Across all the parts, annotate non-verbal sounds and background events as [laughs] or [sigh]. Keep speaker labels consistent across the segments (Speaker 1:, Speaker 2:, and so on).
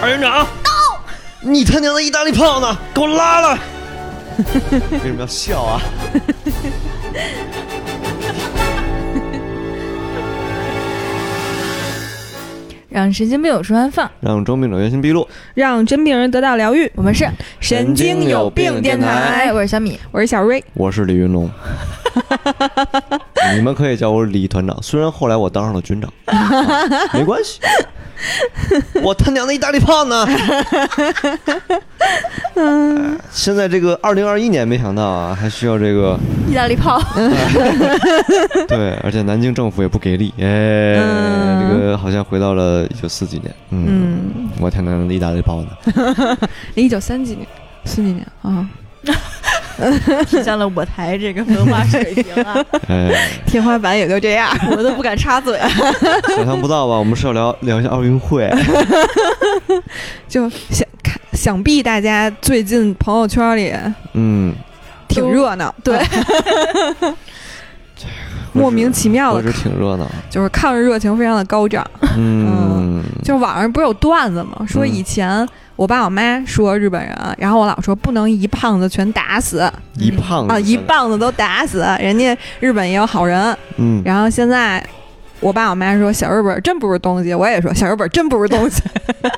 Speaker 1: 唐院长，到！啊你他娘的意大利炮呢？给我拉 [laughs] 了！为什么要笑啊？
Speaker 2: 让神经病有处安放。
Speaker 1: 让装病者原形毕露。
Speaker 3: 让真病人得到疗愈。
Speaker 2: 我们是
Speaker 1: 神经有病电台
Speaker 2: 哎，我是小米，
Speaker 3: 我是小瑞，
Speaker 1: 我是李云龙， [laughs] 你们可以叫我李团长，虽然后来我当上了 [laughs] 军长，啊没关系。我他娘的意大利炮 [laughs] 呢？哎现在这个二零二一年，没想到啊，还需要这个
Speaker 2: 意大利炮，
Speaker 1: 对，而且南京政府也不给力，哎，
Speaker 3: 嗯
Speaker 1: 这个好像回到了一九四几年，嗯，
Speaker 3: 嗯，
Speaker 1: 我天哪，意大利炮呢？ [laughs]
Speaker 3: 一九三几年，四几年啊，
Speaker 2: [laughs] 体现了我台这个文化水平
Speaker 3: [laughs]
Speaker 2: 啊，
Speaker 1: 哎，
Speaker 3: 天花板也就
Speaker 1: [laughs]
Speaker 3: 这样。
Speaker 2: 我都不敢插嘴。
Speaker 1: 想象不到吧？我们是要聊聊一下奥运会，
Speaker 3: 就想看，想必大家最近朋友圈里
Speaker 1: 嗯，
Speaker 3: 挺热闹， [laughs]
Speaker 2: 对，
Speaker 3: 莫名其妙
Speaker 1: 我
Speaker 3: 的
Speaker 1: 是，挺热闹，
Speaker 3: 就是抗日热情非常的高涨。
Speaker 1: 嗯，
Speaker 3: 就是网上不是有段子吗？说
Speaker 1: 嗯
Speaker 3: 以前我爸我妈说日本人，然后我老说不能一胖子全打死啊，
Speaker 1: 一胖子
Speaker 3: 一，棒子都打死，人家日本也有好人。
Speaker 1: 嗯，
Speaker 3: 然后现在我爸我妈说小日本真不是东西，我也说小日本真不是东西。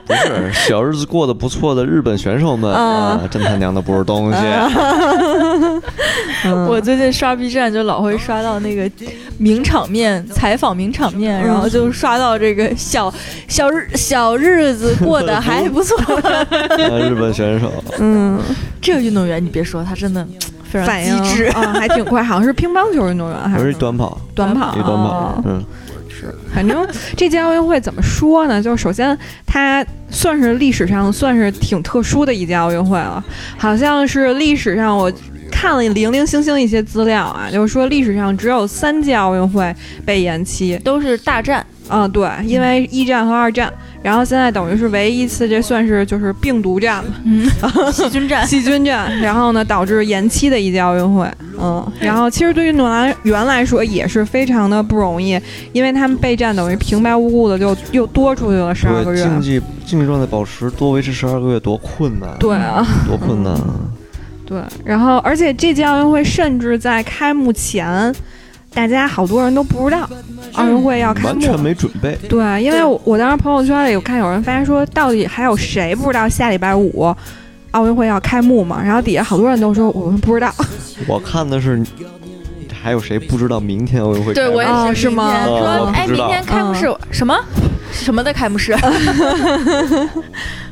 Speaker 1: 不是小日子过得不错的日本选手们
Speaker 3: 啊
Speaker 1: 啊，真他娘的不是东西，
Speaker 3: [laughs] 嗯
Speaker 2: 我最近刷 B 站就老会刷到那个名场面采访名场
Speaker 3: 嗯
Speaker 2: 面，然后就刷到这个小小日小日子过得还
Speaker 3: [laughs]
Speaker 2: 不错。
Speaker 1: 啊日本选手，
Speaker 3: 嗯，
Speaker 2: 这个运动员你别说，他真的非常
Speaker 3: 反应
Speaker 2: 机智，
Speaker 3: 啊、还挺快，好像是乒乓球运动员还
Speaker 1: 我
Speaker 3: 是
Speaker 1: 是短跑，
Speaker 3: 短跑
Speaker 1: 一短跑
Speaker 3: 哦，
Speaker 1: 嗯，
Speaker 3: 反正这届奥运会怎么说呢？就是首先，它算是历史上算是挺特殊的一届奥运会了，好像是历史上我。看了零零星星一些资料啊，就是说历史上只有三届奥运会被延期，
Speaker 2: 都是大战。
Speaker 3: 嗯，对，因为一战和二战，然后现在等于是唯一一次，这算是就是病毒战吧，
Speaker 2: 嗯，细菌 [laughs] 战，
Speaker 3: 细菌战，然后呢导致延期的一届奥运会，嗯，然后其实对于运动员来说也是非常的不容易，因为他们备战等于平白无故的就又多出去了十二个
Speaker 1: 对，
Speaker 3: 月，
Speaker 1: 竞技竞技状态保持多维持十二个月多困难，
Speaker 3: 对啊，
Speaker 1: 多困难啊，
Speaker 3: 对，然后而且这届奥运会甚至在开幕前，大家好多人都不知道奥运会要
Speaker 1: 嗯
Speaker 3: 开
Speaker 1: 完
Speaker 3: 幕，
Speaker 1: 全没准备，
Speaker 3: 对，因为我我当时朋友圈里有看有人发说，到底还有谁不知道下礼拜五奥运会要开幕嘛？然后底下好多人都说我们不知道，
Speaker 1: 我看的是还有谁不知道明天奥运会开
Speaker 2: 对
Speaker 1: 幕？
Speaker 2: 我也
Speaker 3: 哦
Speaker 2: 是
Speaker 3: 是
Speaker 2: 明
Speaker 3: 吗
Speaker 2: 天
Speaker 1: 哦
Speaker 2: 说
Speaker 1: 我
Speaker 2: 哎，
Speaker 1: 不
Speaker 2: 明
Speaker 1: 知道
Speaker 2: 天开幕式什么什么的开幕式，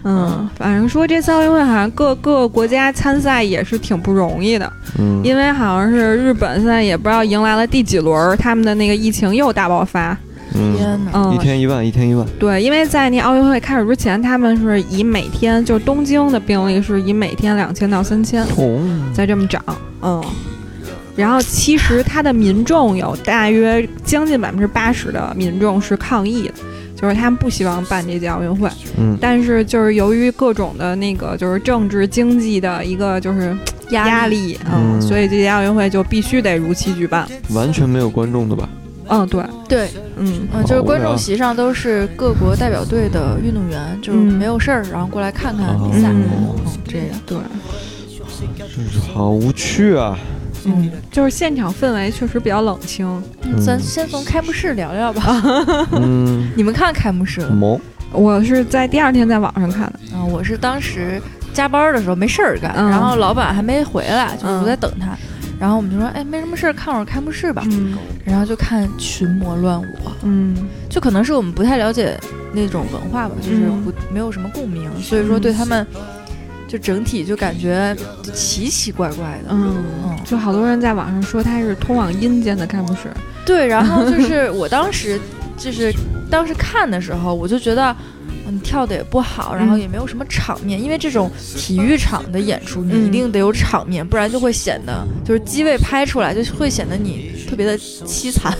Speaker 3: 嗯，反正说这次奥运会好像各个国家参赛也是挺不容易的，
Speaker 1: 嗯，
Speaker 3: 因为好像是日本现在也不知道迎来了第几轮儿，他们的那个疫情又大爆发。
Speaker 1: 嗯，
Speaker 2: 哪！
Speaker 3: 嗯
Speaker 1: 一，天一万，一天一万，
Speaker 3: 对，因为在那奥运会开始之前，他们是以每天就东京的病例是以每天两千到三千
Speaker 1: 哦，
Speaker 3: 再这么涨，嗯。然后其实它的民众有大约将近百分之八十的民众是抗议的，就是他们不希望办这届奥运会。
Speaker 1: 嗯，
Speaker 3: 但是就是由于各种的那个就是政治经济的一个就是压力，嗯，
Speaker 1: 嗯
Speaker 3: 所以这届奥运会就必须得如期举办。
Speaker 1: 完全没有观众的吧？
Speaker 3: 嗯，对，
Speaker 2: 对，
Speaker 3: 嗯，
Speaker 2: 嗯，就是
Speaker 1: 好无
Speaker 2: 观众
Speaker 1: 聊
Speaker 2: 席上都是各国代表队的运动员，就是
Speaker 3: 嗯
Speaker 2: 没有事儿，然后过来看看
Speaker 1: 哦
Speaker 2: 比赛，
Speaker 3: 嗯
Speaker 2: 嗯，这样。
Speaker 3: 对，
Speaker 1: 真是好无趣
Speaker 3: [laughs]
Speaker 1: 啊！
Speaker 3: 嗯，就是现场氛围确实比较冷清。
Speaker 1: 嗯
Speaker 2: 咱先从开幕式聊聊吧。
Speaker 1: 嗯，
Speaker 2: 你们看开幕式了吗？
Speaker 1: 萌，
Speaker 3: 我是在第二天在网上看的，
Speaker 2: 嗯，我是当时加班的时候没事儿干，
Speaker 3: 嗯
Speaker 2: 然后老板还没回来，就是
Speaker 3: 嗯
Speaker 2: 我在等他。然后我们就说，哎，没什么事儿，看会儿开幕式吧。
Speaker 3: 嗯
Speaker 2: 然后就看群魔乱舞，啊
Speaker 3: 嗯
Speaker 2: 就可能是我们不太了解那种文化吧，就是
Speaker 3: 嗯
Speaker 2: 不、没有什么共鸣，所以说对他们就整体就感觉奇奇怪怪的。
Speaker 3: 嗯，就好多人在网上说它是通往阴间的开幕式，
Speaker 2: 对，然后就是我当时就是当时看的时候，我就觉得。嗯，跳的也不好，然后
Speaker 3: 嗯
Speaker 2: 也没有什么场面，因为这种体育场的演出，你一
Speaker 3: 嗯
Speaker 2: 定得有场面，不然就会显得就是机位拍出来，就会显得你特别的凄惨，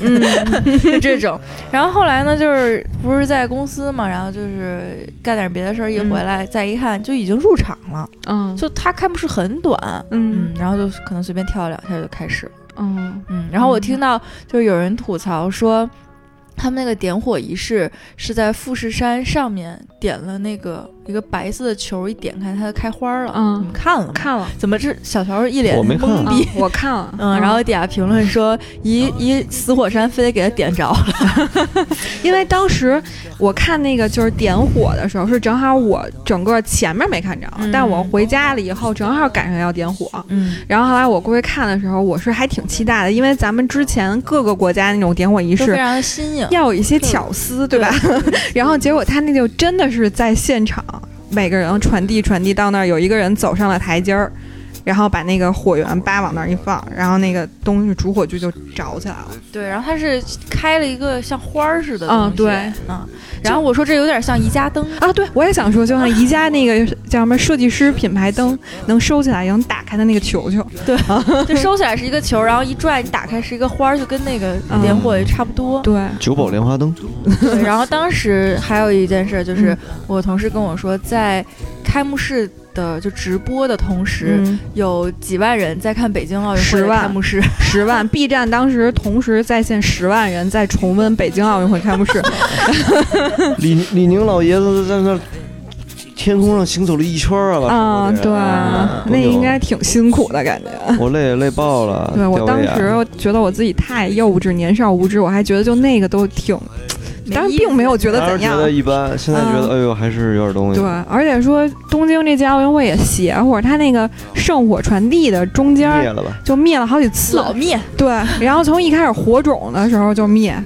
Speaker 2: 就 [laughs] 这种。
Speaker 3: 嗯
Speaker 2: 然后后来呢，就是不是在公司嘛，然后就是干点别的事儿，一
Speaker 3: 嗯
Speaker 2: 回来、再一看，就已经入场了。
Speaker 3: [laughs] 嗯
Speaker 2: 就他开幕式很短，嗯
Speaker 3: 嗯，
Speaker 2: 然后就可能随便跳两下就开始了。
Speaker 3: 嗯
Speaker 2: 嗯，然后我
Speaker 3: 嗯
Speaker 2: 听到就是有人吐槽说，他们那个点火仪式是在富士山上面点了那个一个白色的球，一点开它开花了。
Speaker 3: 嗯
Speaker 2: 你们看了吗？
Speaker 3: 看了，
Speaker 2: 怎么这小乔一脸
Speaker 1: 我没看
Speaker 2: 懵
Speaker 1: 啊
Speaker 2: 逼
Speaker 3: 嗯？我看了，
Speaker 2: 嗯，然后底下评论说一一死火山非得给它点着了。
Speaker 3: 因为当时我看那个就是点火的时候，是正好我整个前面没看着，
Speaker 2: 嗯
Speaker 3: 但我回家了以后正好赶上要点火。
Speaker 2: [laughs] 嗯
Speaker 3: 然后后来我过去看的时候，我是还挺期待的，因为咱们之前各个国家那种点火仪
Speaker 2: 就非
Speaker 3: 式
Speaker 2: 常的新颖。
Speaker 3: 要有一些巧思，对吧？ [laughs] 然后结果他那就真的是在现场，每个人传递传递到那儿，有一个人走上了台阶儿，然后把那个火源叭往那儿一放，然后那个东西主火炬就着起来了。
Speaker 2: 对，然后它是开了一个像花儿似的东西。
Speaker 3: 嗯对，
Speaker 2: 嗯。然后我说这有点像宜家灯。
Speaker 3: 啊，对，我也想说，就像宜家那个叫什么设计师品牌灯，能收起来也能打开的那个球球，
Speaker 2: 啊就
Speaker 3: [laughs]
Speaker 2: 收起来是一个球，然后一拽，你打开是一个花儿，就跟那个
Speaker 3: 嗯
Speaker 2: 点火也差不多。
Speaker 3: 对，
Speaker 1: 九宝莲花灯，
Speaker 2: 对，然后当时还有一件事，
Speaker 3: 嗯
Speaker 2: 就是我同事跟我说，在开幕式的就直播的同时，
Speaker 3: 嗯，
Speaker 2: 有几万人在看北京奥运会
Speaker 3: 十
Speaker 2: 的
Speaker 3: 万
Speaker 2: 开幕
Speaker 3: [laughs]
Speaker 2: 式。
Speaker 3: 十万，B 站当时同时在线十万人在重温北京奥运会开幕
Speaker 1: [laughs]
Speaker 3: 式，嗯
Speaker 1: 李李宁老爷子在那天空上行走了一圈啊，老师
Speaker 3: 啊，对，那应该挺辛苦的感觉。
Speaker 1: 哎我累累爆了。
Speaker 3: 对我
Speaker 1: 掉
Speaker 3: 当
Speaker 1: 泪啊
Speaker 3: 时我觉得我自己太幼稚、年少无知，我还觉得就那个都挺，当时并没有觉得
Speaker 1: 当时
Speaker 3: 怎
Speaker 1: 觉
Speaker 3: 样嗯
Speaker 1: 得。一般，现在觉得哎呦还是有点东西
Speaker 3: 对。，而且说东京这届奥运会也邪乎，它那个圣火传递的中间
Speaker 1: 灭
Speaker 3: 儿
Speaker 1: 了吧？
Speaker 3: 就灭了好几次，
Speaker 2: 老灭，
Speaker 3: 对，然后从一开始火种的时候就灭，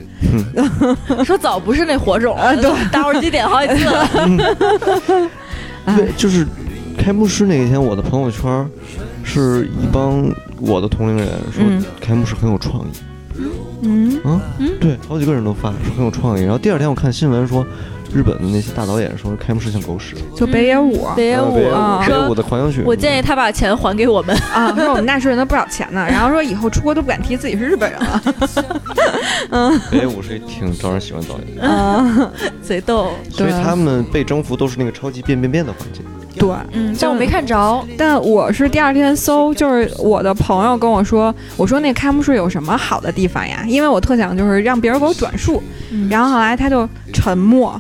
Speaker 2: 说早不是那火种了，
Speaker 3: 啊对，
Speaker 2: 打火机点好几次了。
Speaker 3: [laughs] 啊
Speaker 1: 对，就是开幕式那一天，我的朋友圈是一帮我的同龄人说
Speaker 3: 嗯
Speaker 1: 开幕式很有创意，
Speaker 3: 嗯
Speaker 1: 对，好几个人都发说很有创意。然后第二天我看新闻说，日本的那些大导演说开幕式像狗屎，
Speaker 3: 就北野武、
Speaker 2: 北野
Speaker 1: 呃
Speaker 2: 武
Speaker 1: 北野
Speaker 3: 啊
Speaker 1: 武北野武
Speaker 2: 说，
Speaker 1: 的狂想曲。
Speaker 2: 我建议他把钱还给我们。 [laughs]
Speaker 3: 啊，说我们纳税人都不少钱呢，然后说以后出国都不敢提自己是日本人了，
Speaker 1: 北野武是一挺招人喜欢的导演。
Speaker 2: 嗯
Speaker 3: 啊，
Speaker 2: 贼逗，
Speaker 1: 所以
Speaker 3: 对
Speaker 1: 他们被征服都是那个超级变变变的环节。
Speaker 3: 对，
Speaker 2: 嗯，但我没看着，
Speaker 3: 但我是第二天搜，就是我的朋友跟我说，我说那开幕式有什么好的地方呀？因为我特想就是让别人给我转述，
Speaker 2: 嗯
Speaker 3: 然后后来他就沉默，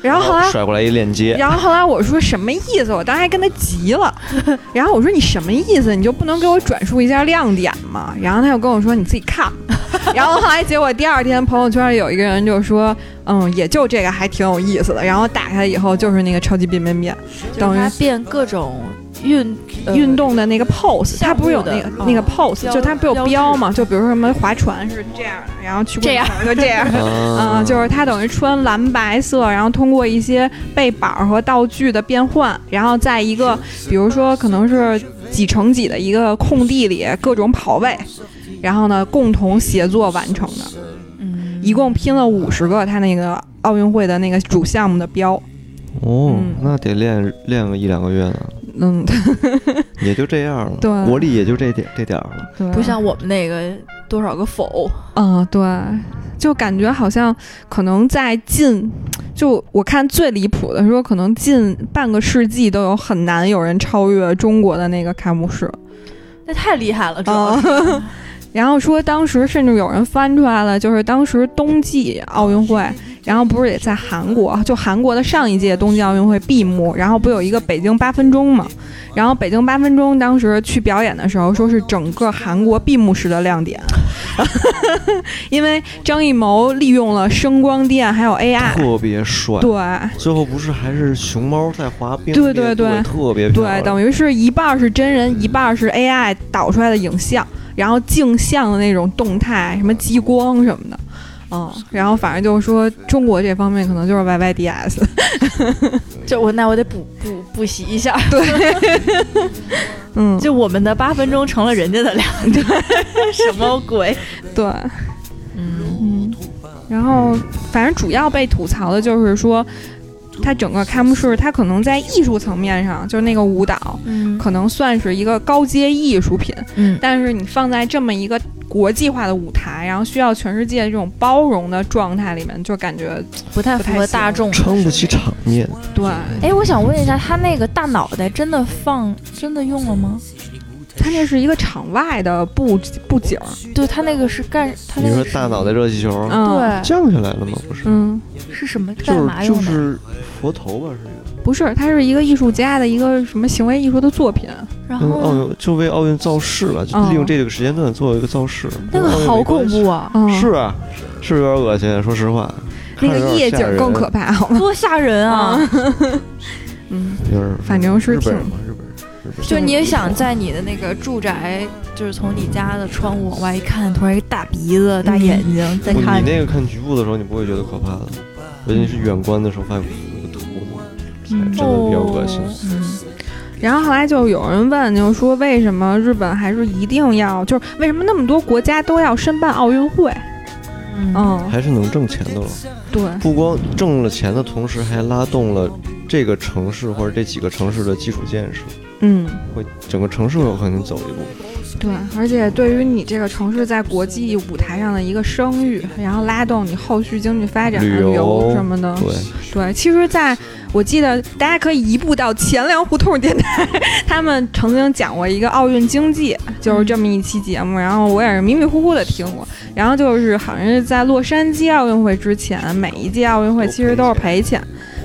Speaker 3: 然后后来
Speaker 1: 甩过来一链接，
Speaker 3: 然后后来我说什么意思？我当时还跟他急了。 [laughs] 然后我说你什么意思？你就不能给我转述一下亮点吗？然后他又跟我说你自己看。 [laughs] 然后后来结果第二天朋友圈里有一个人就说，嗯，也就这个还挺有意思的。然后打开以后就是那个超级变变变
Speaker 2: 就
Speaker 3: 等
Speaker 2: 是
Speaker 3: 于
Speaker 2: 他变各种运呃
Speaker 3: 运动的那个 pose，
Speaker 2: 项
Speaker 3: 它
Speaker 2: 目
Speaker 3: 不是有那个
Speaker 2: 的
Speaker 3: 那个
Speaker 2: 哦
Speaker 3: pose，
Speaker 2: 标
Speaker 3: 就它不是有
Speaker 2: 标志
Speaker 3: 标吗？就比如说什么划船是这样的，然后去
Speaker 2: 这样
Speaker 3: 就这样。
Speaker 1: 啊
Speaker 3: 嗯，就是它等于穿蓝白色，然后通过一些背板儿和道具的变换，然后在一个比如说可能是几乘几的一个空地里各种跑位，然后呢共同协作完成的，
Speaker 2: 嗯
Speaker 3: 一共拼了五十个它那个奥运会的那个主项目的标。
Speaker 1: 哦
Speaker 3: 嗯，
Speaker 1: 那得练练个一两个月呢，
Speaker 3: 嗯， [laughs]
Speaker 1: 也就这样了。
Speaker 3: 对
Speaker 1: 国力也就这点这点儿了。
Speaker 3: 对，
Speaker 2: 不像我们那个多少个否，
Speaker 3: 嗯，对，就感觉好像可能在近，就我看最离谱的说，可能近半个世纪都有很难有人超越中国的那个开幕式。
Speaker 2: 那太厉害了，主要
Speaker 3: 啊
Speaker 2: 是。
Speaker 3: [laughs] 然后说，当时甚至有人翻出来了，就是当时冬季奥运会，然后不是也在韩国，就韩国的上一届冬季奥运会闭幕，然后不有一个北京八分钟嘛？然后北京八分钟当时去表演的时候，说是整个韩国闭幕式的亮点， [laughs] 因为张艺谋利用了声光电还有 AI，
Speaker 1: 特别帅。
Speaker 3: 对
Speaker 1: 最后不是还是熊猫在滑冰？
Speaker 3: 对对对
Speaker 1: 特别漂
Speaker 3: 对，
Speaker 1: 亮。
Speaker 3: 等于是一半儿是真人，一半儿是 AI 导出来的影像，然后镜像的那种动态，什么激光什么的。嗯，然后反正就是说，中国这方面可能就是 YYDS，
Speaker 2: 就我那我得补补补习一下，
Speaker 3: 嗯，
Speaker 2: [laughs] 就我们的八分钟成了人家的两个， [laughs] 什么鬼？
Speaker 3: 对，
Speaker 2: 嗯，
Speaker 3: 嗯，然后反正主要被吐槽的就是说，它整个开幕式，它可能在艺术层面上，就是那个舞蹈，可能算是一个高阶艺术品，
Speaker 2: 嗯
Speaker 3: 但是你放在这么一个国际化的舞台，然后需要全世界这种包容的状态里面，就感觉
Speaker 2: 不太符
Speaker 3: 不太
Speaker 2: 合
Speaker 3: 行
Speaker 2: 大众。
Speaker 1: 撑不起场面，
Speaker 3: 对，
Speaker 2: 哎，我想问一下，他那个大脑袋真的放真的用了吗？
Speaker 3: 它那是一个场外的布布景儿，
Speaker 2: 对他那个是干他
Speaker 1: 你
Speaker 2: 那个
Speaker 1: 说
Speaker 2: 是
Speaker 1: 大脑袋热气球
Speaker 3: 嗯
Speaker 2: 对
Speaker 1: 降下来了吗？不是，
Speaker 3: 嗯，
Speaker 2: 是什么干
Speaker 1: 就
Speaker 2: 嘛
Speaker 1: 是
Speaker 2: 用
Speaker 1: 就
Speaker 2: 的？
Speaker 1: 是佛头吧，是一个
Speaker 3: 不是，它是一个艺术家的一个什么行为艺术的作品，
Speaker 2: 然
Speaker 1: 嗯奥
Speaker 2: 后
Speaker 1: 运就为奥运造势了，就
Speaker 3: 哦
Speaker 1: 利用这个时间段做一个造势。
Speaker 2: 那个
Speaker 1: 跟奥运
Speaker 2: 好
Speaker 1: 没关
Speaker 2: 恐
Speaker 1: 系
Speaker 2: 怖啊，
Speaker 3: 嗯，
Speaker 1: 是啊，是有点恶心，说实话。
Speaker 3: 那
Speaker 1: 看着
Speaker 3: 个
Speaker 1: 有点
Speaker 3: 夜
Speaker 1: 吓
Speaker 3: 景更可
Speaker 1: 人，[laughs]
Speaker 3: 怕，好吗？
Speaker 2: 多吓人啊！
Speaker 3: 嗯，
Speaker 1: 就是
Speaker 3: 反正是
Speaker 1: 日本人
Speaker 3: 挺
Speaker 1: 嘛，日本人，日本人
Speaker 2: 就你也想在你的那个住宅，就是从你家的窗户往外一看，突然一个大鼻子、大眼睛在
Speaker 1: 不
Speaker 2: 看
Speaker 1: 你那个看局部的时候，你不会觉得可怕的，尤其是远观的时候发现有那个图呢，才
Speaker 2: 嗯
Speaker 1: 真的比较恶心。
Speaker 2: 哦
Speaker 3: 嗯，然后后来就有人问，就说为什么日本还是一定要，就是为什么那么多国家都要申办奥运会？
Speaker 2: 嗯，
Speaker 3: 嗯，
Speaker 1: 还是能挣钱的了，
Speaker 3: 对，
Speaker 1: 不光挣了钱的同时，还拉动了这个城市或者这几个城市的基础建设，
Speaker 3: 嗯，
Speaker 1: 会整个城市会往前走一步。
Speaker 3: 对，而且对于你这个城市在国际舞台上的一个声誉，然后拉动你后续经济发展、
Speaker 1: 旅
Speaker 3: 旅
Speaker 1: 游
Speaker 3: 游什么的，
Speaker 1: 对，
Speaker 3: 对，其实在我记得，大家可以移步到钱粮胡同电台，他们曾经讲过一个奥运经济，就是这么一期节目，然后我也是迷迷糊糊的听过，然后就是好像是在洛杉矶奥运会之前，每一届奥运会其实都是赔钱。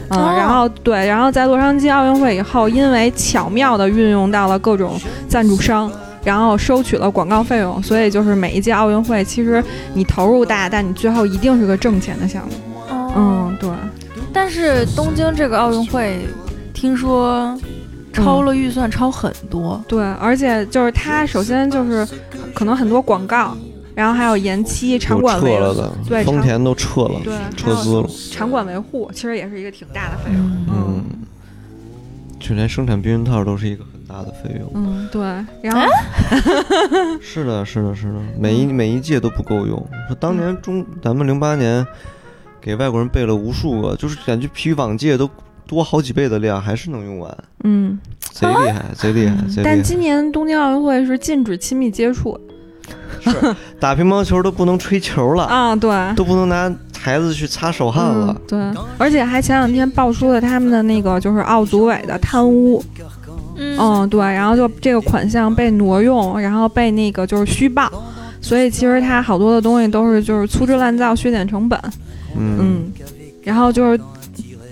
Speaker 3: 嗯，
Speaker 2: 哦
Speaker 3: 然后对，然后在洛杉矶奥运会以后，因为巧妙的运用到了各种赞助商，然后收取了广告费用，所以就是每一届奥运会，其实你投入大，但你最后一定是个挣钱的项目。
Speaker 2: 嗯，
Speaker 3: 嗯，对，
Speaker 2: 但是东京这个奥运会，听说超了预算，超很多。
Speaker 3: 对，而且就是它首先就是可能很多广告，然后还有延期、场
Speaker 1: 都
Speaker 3: 馆
Speaker 1: 撤
Speaker 3: 维
Speaker 1: 了
Speaker 3: 护，
Speaker 1: 的，
Speaker 3: 对
Speaker 1: 丰
Speaker 3: 场
Speaker 1: 田都撤了，
Speaker 3: 对，
Speaker 1: 撤
Speaker 3: 还
Speaker 1: 资
Speaker 3: 有
Speaker 1: 了。
Speaker 3: 场馆维护，其实也是一个挺大的费用。
Speaker 2: 嗯，
Speaker 1: 嗯，就连生产避孕套都是一个很大的费用。
Speaker 3: 嗯，对，然
Speaker 2: 啊
Speaker 3: 后嗯
Speaker 1: 是的，是的，是的，每一每一届都不够用。说当年
Speaker 3: 嗯
Speaker 1: 中咱们零八年给外国人备了无数个，就是感觉比往届都多好几倍的量，还是能用完，
Speaker 3: 嗯，
Speaker 1: 贼厉害，贼厉害，贼
Speaker 3: [laughs] 但
Speaker 1: 厉害。
Speaker 3: 今年东京奥运会是禁止亲密接触
Speaker 1: 打乒乓球都不能吹球了，
Speaker 3: 啊，对，
Speaker 1: [laughs] 都不能拿孩子去擦手汗了
Speaker 3: 嗯，。对，而且还前两天爆出了他们的那个就是奥组委的贪污，
Speaker 2: 嗯，
Speaker 3: 嗯，对，然后就这个款项被挪用，然后被那个就是虚报，所以其实它好多的东西都是就是粗制滥造、削减成本，
Speaker 1: 嗯，
Speaker 3: 嗯，然后就是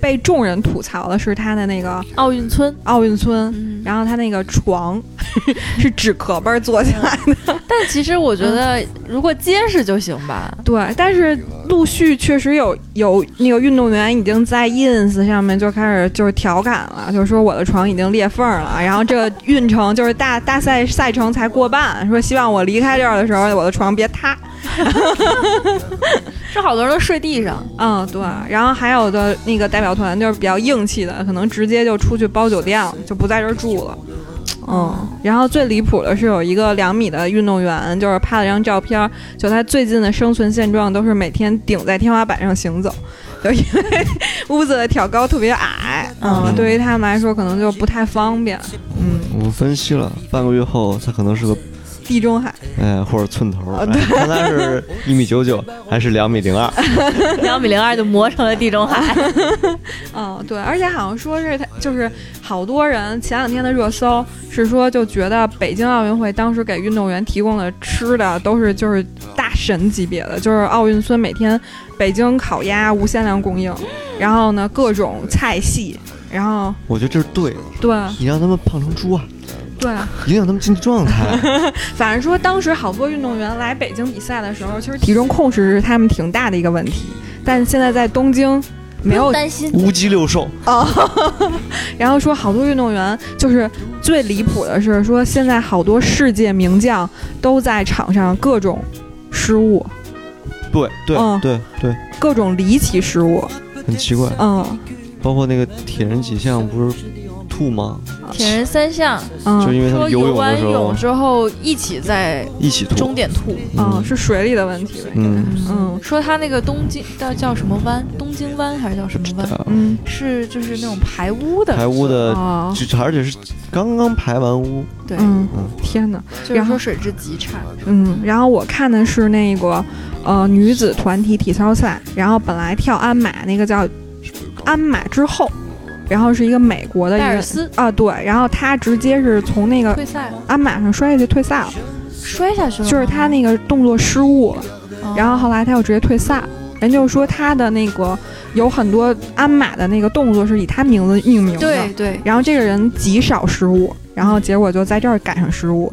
Speaker 3: 被众人吐槽的是他的那个
Speaker 2: 奥运村。
Speaker 3: 奥运村，
Speaker 2: 嗯，
Speaker 3: 然后他那个床 [laughs] 是纸壳儿做起来的，
Speaker 2: 但其实我觉得，如果结实就行吧。
Speaker 3: [laughs] 对，但是陆续确实有有那个运动员已经在 ins 上面就开始就是调侃了，就是说我的床已经裂缝儿了，然后这个运程就是大大赛赛程才过半，说希望我离开这儿的时候我的床别塌。
Speaker 2: 这好多人都睡地上，
Speaker 3: 嗯，对，然后还有的那个代表团就是比较硬气的，可能直接就出去包酒店了，就不在这儿住了。嗯，然后最离谱的是有一个两米的运动员，就是拍了张照片，就他最近的生存现状都是每天顶在天花板上行走，就因为屋子的挑高特别矮，嗯，
Speaker 1: 嗯
Speaker 3: 对于他们来说可能就不太方便，嗯，
Speaker 1: 我们分析了，半个月后他可能是个
Speaker 3: 地中海，
Speaker 1: 哎或者寸头，
Speaker 3: 啊
Speaker 1: 哎看他是一米九
Speaker 3: [laughs]
Speaker 1: 九还是两米零二。
Speaker 2: 两米零二就磨成了地中 [laughs] 海。
Speaker 3: 嗯，对，而且好像说是他，就是好多人前两天的热搜是说，就觉得北京奥运会当时给运动员提供的吃的都是就是大神级别的，就是奥运村每天北京烤鸭无限量供应，然后呢各种菜系，然后
Speaker 1: 我觉得这是对的，
Speaker 3: 对
Speaker 1: 你让他们胖成猪啊，
Speaker 3: 对，
Speaker 1: 影响他们竞技状
Speaker 3: [laughs]
Speaker 1: 态。
Speaker 3: 反正说当时好多运动员来北京比赛的时候，其实体重控制是他们挺大的一个问题，但现在在东京没有
Speaker 2: 担心，
Speaker 1: 乌鸡六兽，
Speaker 3: 哦 [laughs] 然后说好多运动员，就是最离谱的是说，现在好多世界名将都在场上各种失误，
Speaker 1: 对对、
Speaker 3: 嗯
Speaker 1: 对对，
Speaker 3: 各种离奇失误。
Speaker 1: 很奇怪。
Speaker 3: 嗯
Speaker 1: 包括那个铁人几项不是吐吗？
Speaker 2: 铁人三项
Speaker 1: 就
Speaker 3: 嗯
Speaker 1: 因为他
Speaker 2: 说
Speaker 1: 们游泳的
Speaker 2: 完
Speaker 1: 时候
Speaker 2: 泳之后一起在
Speaker 1: 一起
Speaker 2: 终
Speaker 1: 吐。
Speaker 2: 点吐。
Speaker 3: 嗯，是水里的问题呗。
Speaker 1: 嗯，
Speaker 3: 嗯
Speaker 2: 说他那个东京叫叫什么湾？东京湾还是叫什么湾？
Speaker 3: 嗯
Speaker 2: 是就是那种排污的，
Speaker 1: 排污的，
Speaker 3: 哦
Speaker 1: 就而且是刚刚排完污，
Speaker 2: 对，
Speaker 3: 嗯
Speaker 1: 嗯，
Speaker 3: 天哪！
Speaker 2: 就是说水质极差。
Speaker 3: 嗯，然后我看的是那个呃女子团体体操赛，然后本来跳鞍马那个叫鞍马之后，然后是一个美国的一
Speaker 2: 戴尔
Speaker 3: 个
Speaker 2: 斯
Speaker 3: 啊，对，然后他直接是从那个
Speaker 2: 退赛了，
Speaker 3: 鞍啊马上摔下去退赛了，
Speaker 2: 摔下去了
Speaker 3: 就
Speaker 2: 吗，
Speaker 3: 是他那个动作失误了，
Speaker 2: 哦，
Speaker 3: 然后后来他又直接退赛。人就说他的那个有很多鞍马的那个动作是以他名字命名的，
Speaker 2: 对对
Speaker 3: 然后这个人极少失误，然后结果就在这儿赶上失误，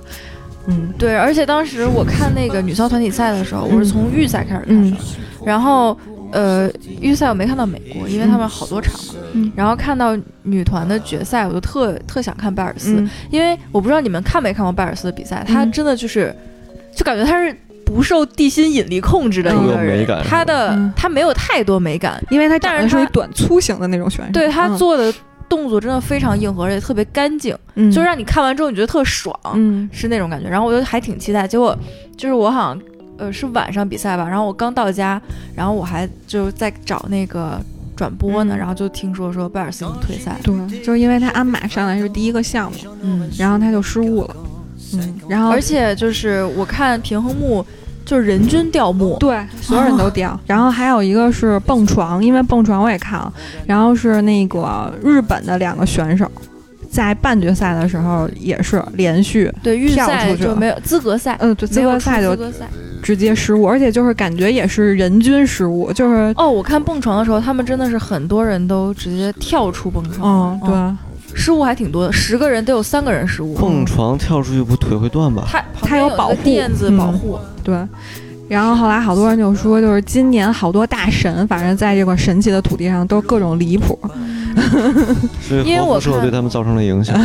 Speaker 3: 嗯，
Speaker 2: 对，而且当时我看那个女校团体赛的时候，
Speaker 3: 嗯
Speaker 2: 我是从预赛开始看的，然后呃预赛我没看到美国，因为他们好多场嘛，
Speaker 3: 嗯
Speaker 2: 然后看到女团的决赛，我就特特想看拜尔斯，
Speaker 3: 嗯
Speaker 2: 因为我不知道你们看没看过拜尔斯的比赛，他
Speaker 3: 嗯
Speaker 2: 真的就是，就感觉他是不受地心引力控制的
Speaker 3: 特
Speaker 2: 一
Speaker 3: 别
Speaker 2: 个
Speaker 1: 有美
Speaker 2: 人
Speaker 1: 感，
Speaker 2: 他的、
Speaker 3: 嗯
Speaker 2: 他没有太多美感，
Speaker 3: 因为他长
Speaker 2: 但
Speaker 3: 得
Speaker 2: 是
Speaker 3: 属于
Speaker 2: 他
Speaker 3: 短粗型的那种选手，
Speaker 2: 对他
Speaker 3: 嗯
Speaker 2: 做的动作真的非常硬核，而且特别干净，
Speaker 3: 嗯
Speaker 2: 就让你看完之后你觉得特爽，
Speaker 3: 嗯
Speaker 2: 是那种感觉。然后我就还挺期待，结果就是我好像呃是晚上比赛吧，然后我刚到家，然后我还就在找那个转播呢，
Speaker 3: 嗯
Speaker 2: 然后就听说说拜尔斯已经退赛了，
Speaker 3: 对，就是因为他鞍马上来是第一个项目，
Speaker 2: 嗯，
Speaker 3: 然后他就失误了，嗯，然后
Speaker 2: 而且就是我看平衡木就是人均掉幕，
Speaker 3: 对所有人
Speaker 2: 哦
Speaker 3: 都掉，然后还有一个是蹦床，因为蹦床我也看了，然后是那个日本的两个选手。在半决赛的时候也是连续，
Speaker 2: 对预
Speaker 3: 跳
Speaker 2: 赛
Speaker 3: 出去
Speaker 2: 就
Speaker 3: 了
Speaker 2: 没有资格赛，
Speaker 3: 嗯、对，资
Speaker 2: 没有
Speaker 3: 格
Speaker 2: 出
Speaker 3: 赛就
Speaker 2: 资格赛。
Speaker 3: 直接失误，而且就是感觉也是人均失误，就是
Speaker 2: 哦，我看蹦床的时候，他们真的是很多人都直接跳出蹦床哦
Speaker 3: 嗯，，对，
Speaker 2: 失误还挺多的，十个人都有三个人失误。
Speaker 1: 蹦床跳出去不腿会断吧？
Speaker 2: 它旁
Speaker 3: 它
Speaker 2: 边
Speaker 3: 有
Speaker 2: 有一
Speaker 3: 保
Speaker 2: 个
Speaker 3: 护
Speaker 2: 垫子
Speaker 3: 嗯
Speaker 2: 保护，
Speaker 3: 对。然后后来好多人就说，就是今年好多大神，反正在这块神奇的土地上都各种离谱。
Speaker 2: 嗯
Speaker 1: 所以
Speaker 2: 因为
Speaker 1: 核
Speaker 2: 我
Speaker 1: 辐射
Speaker 2: 看
Speaker 1: 对他们造成了影响。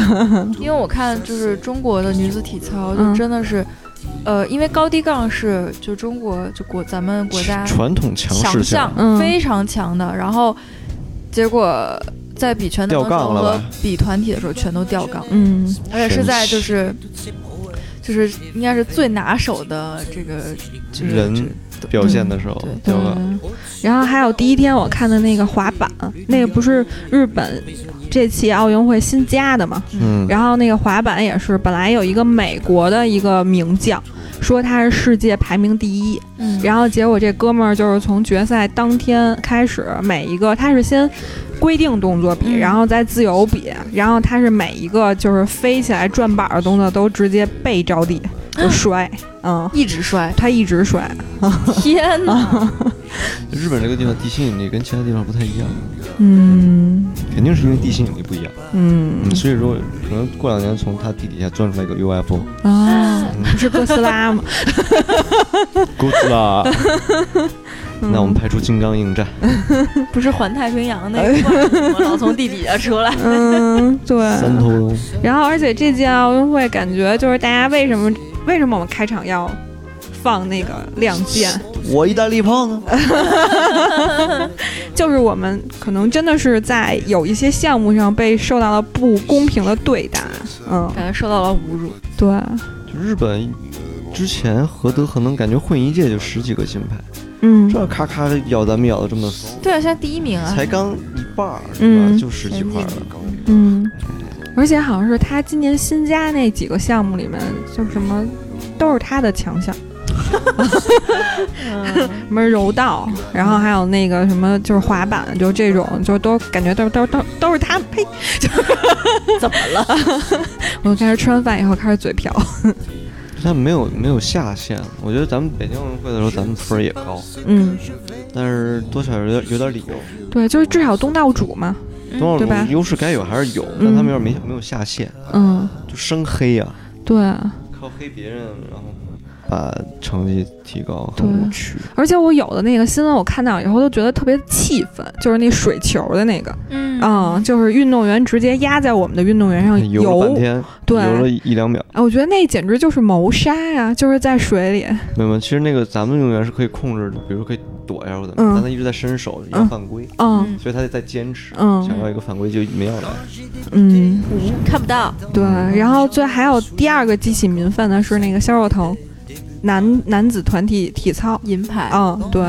Speaker 2: 因为我看就是中国的女子体操，
Speaker 3: 嗯
Speaker 2: 就真的是，呃，因为高低杠是就中国就国咱们国家
Speaker 1: 传统强势
Speaker 2: 强项
Speaker 1: 下，
Speaker 3: 嗯
Speaker 2: 非常强的，然后结果在比全能的时
Speaker 1: 掉杠
Speaker 2: 候
Speaker 1: 了吧
Speaker 2: 和比团体的时候全都掉杠，
Speaker 3: 嗯，
Speaker 2: 而且是在
Speaker 1: 神奇
Speaker 2: 就是就是应该是最拿手的这个就是这
Speaker 1: 人表现的时候
Speaker 2: 嗯，
Speaker 1: 对
Speaker 3: 对
Speaker 1: 吧？。
Speaker 3: 然后还有第一天我看的那个滑板，那个不是日本这期奥运会新加的嘛？
Speaker 1: 嗯，
Speaker 3: 然后那个滑板也是，本来有一个美国的一个名将，说他是世界排名第一，
Speaker 2: 嗯
Speaker 3: 然后结果这哥们儿就是从决赛当天开始，每一个他是先规定动作比，
Speaker 2: 嗯
Speaker 3: 然后再自由比，然后他是每一个就是飞起来转板的动作都直接背着地就摔，嗯，，
Speaker 2: 一直摔啊
Speaker 3: 他一直摔，
Speaker 2: [laughs] 天哪！
Speaker 1: 日本这个地方地心引力跟其他地方不太一样，
Speaker 3: 嗯
Speaker 1: 肯定是因为地心引力不一样。
Speaker 3: 嗯
Speaker 1: 嗯，所以说可能过两年从他地底下钻出来一个 UFO， [laughs]
Speaker 3: 啊，不是哥斯拉吗？
Speaker 1: g o o d 啦！ [laughs] 那我们派出金刚应战，
Speaker 2: 不是环太平洋 [laughs] 那一段，我老从地底下出来。
Speaker 3: 嗯，对。
Speaker 1: 三头龙
Speaker 3: 然后而且这届奥运会感觉就是大家为什么为什么我们开场要放那个亮剑？
Speaker 1: 我意大利炮呢？
Speaker 3: 就是我们可能真的是在有一些项目上被受到了不公平的对待。嗯，
Speaker 2: [laughs] 感觉受到了侮辱，
Speaker 3: 对，
Speaker 1: 就日本之前何德何能，感觉混一届就十几个金牌，
Speaker 3: 嗯
Speaker 1: 这咔咔的咬咱们咬的这么死，
Speaker 2: 对啊，现在第一名啊，
Speaker 1: 才刚一半儿是吧？
Speaker 3: 嗯
Speaker 1: 就十几块了。
Speaker 3: 嗯，而且好像是他今年新加那几个项目里面，就什么都是他的强项，
Speaker 2: 嗯
Speaker 3: 什么柔道，然后还有那个什么就是滑板，就这种，就都感觉都都都都是他，呸，
Speaker 2: 怎么 [laughs] 了？
Speaker 3: 我开始吃完饭以后开始嘴瓢。
Speaker 1: 他没有没有下限，我觉得咱们北京奥运会的时候，咱们分儿也高，
Speaker 3: 嗯，
Speaker 1: 但是多少有点有点理由。
Speaker 3: 对，就是至少东道主嘛。
Speaker 2: 嗯
Speaker 1: 多少
Speaker 3: 对吧
Speaker 1: 种优势该有还是有，但他们有点没没有下限，
Speaker 3: 嗯，
Speaker 1: 就生黑啊呀、
Speaker 3: 对。
Speaker 1: 靠黑别人，然后把成绩提高，
Speaker 3: 对
Speaker 1: 很无趣。
Speaker 3: 而且我有的那个新闻我看到以后都觉得特别气愤，就是那水球的那个，
Speaker 2: 嗯
Speaker 3: 嗯，就是运动员直接压在我们的运动员上
Speaker 1: 游了半天，
Speaker 3: 对，
Speaker 1: 游了一两秒，
Speaker 3: 啊，我觉得那简直就是谋杀呀、就是在水里，
Speaker 1: 没有没有。其实那个咱们运动员是可以控制的，比如说可以躲一下或者怎么
Speaker 3: 嗯
Speaker 1: 样，但他一直在伸手要犯规，
Speaker 3: 嗯
Speaker 1: 所以他得在坚持，
Speaker 3: 嗯
Speaker 1: 想要一个犯规就没要来。
Speaker 3: 嗯，
Speaker 2: 看不到，
Speaker 3: 对。然后最还有第二个激起民愤的是那个肖若腾，男男子团体体操，
Speaker 2: 银牌。
Speaker 3: 嗯，对，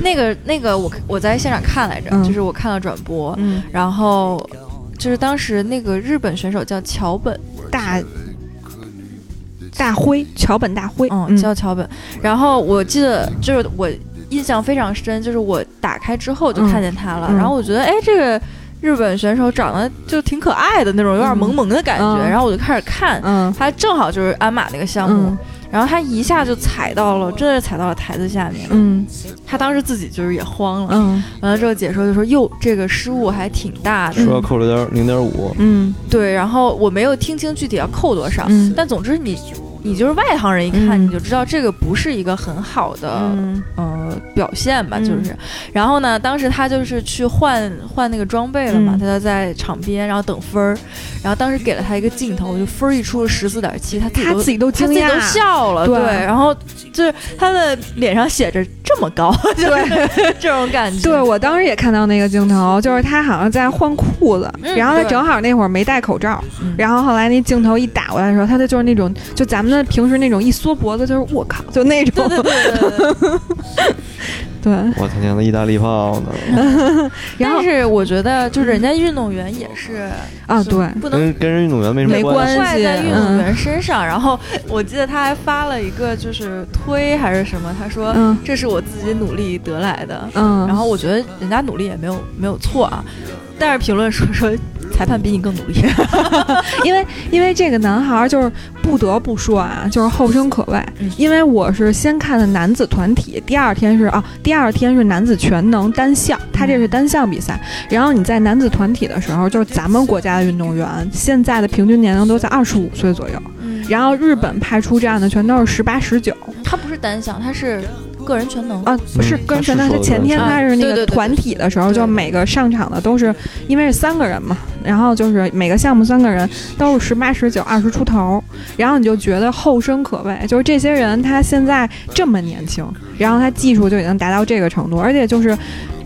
Speaker 2: 那个那个我我在现场看来着，
Speaker 3: 嗯
Speaker 2: 就是我看了转播，
Speaker 3: 嗯，
Speaker 2: 然后就是当时那个日本选手叫桥本，
Speaker 3: 大大辉，桥本大辉，
Speaker 2: 嗯，叫桥本。然后我记得就是我印象非常深，就是我打开之后就看见他了，
Speaker 3: 嗯嗯
Speaker 2: 然后我觉得哎这个。日本选手长得就挺可爱的那种，有点
Speaker 3: 嗯
Speaker 2: 萌萌的感觉。
Speaker 3: 嗯
Speaker 2: 然后我就开始看，
Speaker 3: 嗯
Speaker 2: 他正好就是鞍马那个项目，
Speaker 3: 嗯
Speaker 2: 然后他一下就踩到了，真的是踩到了台子下面。
Speaker 3: 嗯
Speaker 2: 他当时自己就是也慌了。
Speaker 3: 嗯
Speaker 2: 完了之后，解说就说：“哟，这个失误还挺大的。
Speaker 1: 说要扣零点零点五，
Speaker 3: 嗯
Speaker 2: 对，然后我没有听清具体要扣多少，
Speaker 3: 嗯
Speaker 2: 但总之你你就是外行人一看、
Speaker 3: 嗯
Speaker 2: 你就知道这个不是一个很好的、
Speaker 3: 嗯
Speaker 2: 呃表现吧，
Speaker 3: 嗯
Speaker 2: 就是。然后呢，当时他就是去换换那个装备了嘛，
Speaker 3: 嗯
Speaker 2: 他就在场边，然后等分儿。然后当时给了他一个镜头，就分儿一出十四点七，他自己
Speaker 3: 他
Speaker 2: 都
Speaker 3: 自。己都
Speaker 2: 他
Speaker 3: 惊
Speaker 2: 自己
Speaker 3: 讶，
Speaker 2: 都笑了，
Speaker 3: 对
Speaker 2: 然后就是他的脸上写着这么高， [laughs] 就是这种感觉。
Speaker 3: 对，我当时也看到那个镜头，就是他好像在换裤子，
Speaker 2: 嗯
Speaker 3: 然后他
Speaker 2: 对
Speaker 3: 正好那会儿没戴口罩，
Speaker 2: 嗯
Speaker 3: 然后后来那镜头一打过来的时候，他的就是那种就咱们的平时那种一缩脖子，就是我靠，就那种
Speaker 2: 对对对对对。
Speaker 3: 对，
Speaker 1: 我他娘的意大利炮呢，
Speaker 3: [laughs] 然后
Speaker 2: 但是我觉得，就是人家运动员也是
Speaker 3: 啊
Speaker 2: 就
Speaker 3: 对，
Speaker 2: 不能
Speaker 1: 跟跟人运动员没什
Speaker 3: 没
Speaker 1: 么系。
Speaker 3: 关
Speaker 2: 怪
Speaker 3: 系
Speaker 2: 在运动员身上。然后我记得他还发了一个就是推还是什么，他说
Speaker 3: 嗯
Speaker 2: 这是我自己努力得来的。
Speaker 3: 嗯，
Speaker 2: 然后我觉得人家努力也没有没有错啊，但是评论说说裁判比你更努力。
Speaker 3: 因为因为这个男孩儿就是不得不说啊，就是后生可畏。
Speaker 2: 嗯
Speaker 3: 因为我是先看的男子团体，第二天是啊，第二天是男子全能单项，他这是
Speaker 2: 嗯
Speaker 3: 单项比赛。然后你在男子团体的时候，就是咱们国家的运动员现在的平均年龄都在二十五岁左右，
Speaker 2: 嗯，
Speaker 3: 然后日本派出这样的全都是十八十九
Speaker 2: 他不是单项，他是个人全能。
Speaker 3: 啊，不是
Speaker 1: 嗯
Speaker 3: 跟
Speaker 1: 他
Speaker 3: 全
Speaker 1: 是
Speaker 3: 能
Speaker 1: 说
Speaker 3: 是
Speaker 1: 的
Speaker 3: 前天
Speaker 2: 是
Speaker 3: 他是
Speaker 2: 啊对
Speaker 3: 那
Speaker 2: 对对
Speaker 3: 个
Speaker 2: 对
Speaker 3: 团体的时候，
Speaker 2: 对
Speaker 3: 就每个上场的都是因为是三个人嘛，然后就是每个项目三个人都是十八、十九、二十出头，然后你就觉得后生可畏，就是这些人他现在这么年轻，然后他技术就已经达到这个程度，而且就是。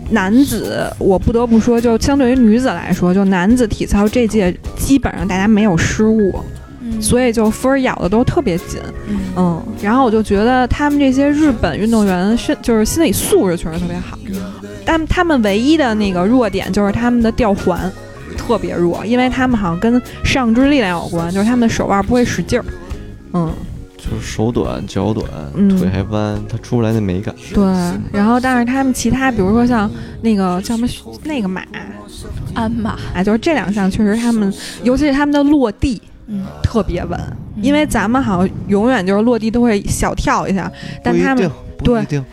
Speaker 3: 男子，我不得不说，就相对于女子来说，就男子体操这届基本上大家没有失误，
Speaker 2: 嗯
Speaker 3: 所以就分儿咬的都特别紧。
Speaker 2: 嗯
Speaker 3: 嗯，然后我就觉得他们这些日本运动员是就是心理素质确实特别好，但他们唯一的那个弱点就是他们的吊环特别弱，因为他们好像跟上肢力量有关，就是他们的手腕不会使劲儿。嗯，
Speaker 1: 就是手短、脚短、
Speaker 3: 嗯
Speaker 1: 腿还弯，他出不来那美感。
Speaker 3: 对。然后，但是他们其他，比如说像那个叫什么那个马
Speaker 2: 鞍马，
Speaker 3: 啊，就是这两项确实他们，尤其是他们的落地
Speaker 2: 嗯，
Speaker 3: 特别稳，因为咱们好像永远就是落地都会小跳一下，但
Speaker 1: 不一
Speaker 3: 他们
Speaker 1: 定，不
Speaker 3: 对
Speaker 1: 一定。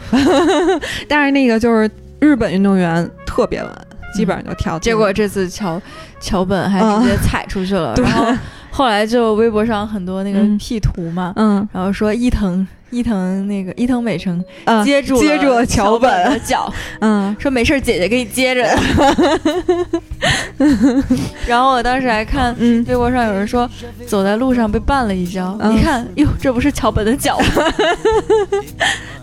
Speaker 3: 但是那个就是日本运动员特别稳，基本上就跳。
Speaker 2: 嗯结果这次桥桥本还直接踩出去了，
Speaker 3: 对
Speaker 2: 然后后来就微博上很多那个
Speaker 3: 嗯
Speaker 2: P 图嘛，
Speaker 3: [laughs] 嗯
Speaker 2: 然后说伊藤伊藤那个伊藤美诚
Speaker 3: 嗯
Speaker 2: 接住
Speaker 3: 接住
Speaker 2: 了
Speaker 3: 了
Speaker 2: 桥
Speaker 3: 桥
Speaker 2: 的
Speaker 3: 本，
Speaker 2: 脚，
Speaker 3: 嗯
Speaker 2: [laughs] 说没事儿，姐姐给你接着。 [laughs] 然后我当时还看
Speaker 3: 嗯，
Speaker 2: 微博上有人说走在路上被绊了一跤，
Speaker 3: 嗯
Speaker 2: 一看哟，这不是桥本的脚 [laughs] 吗？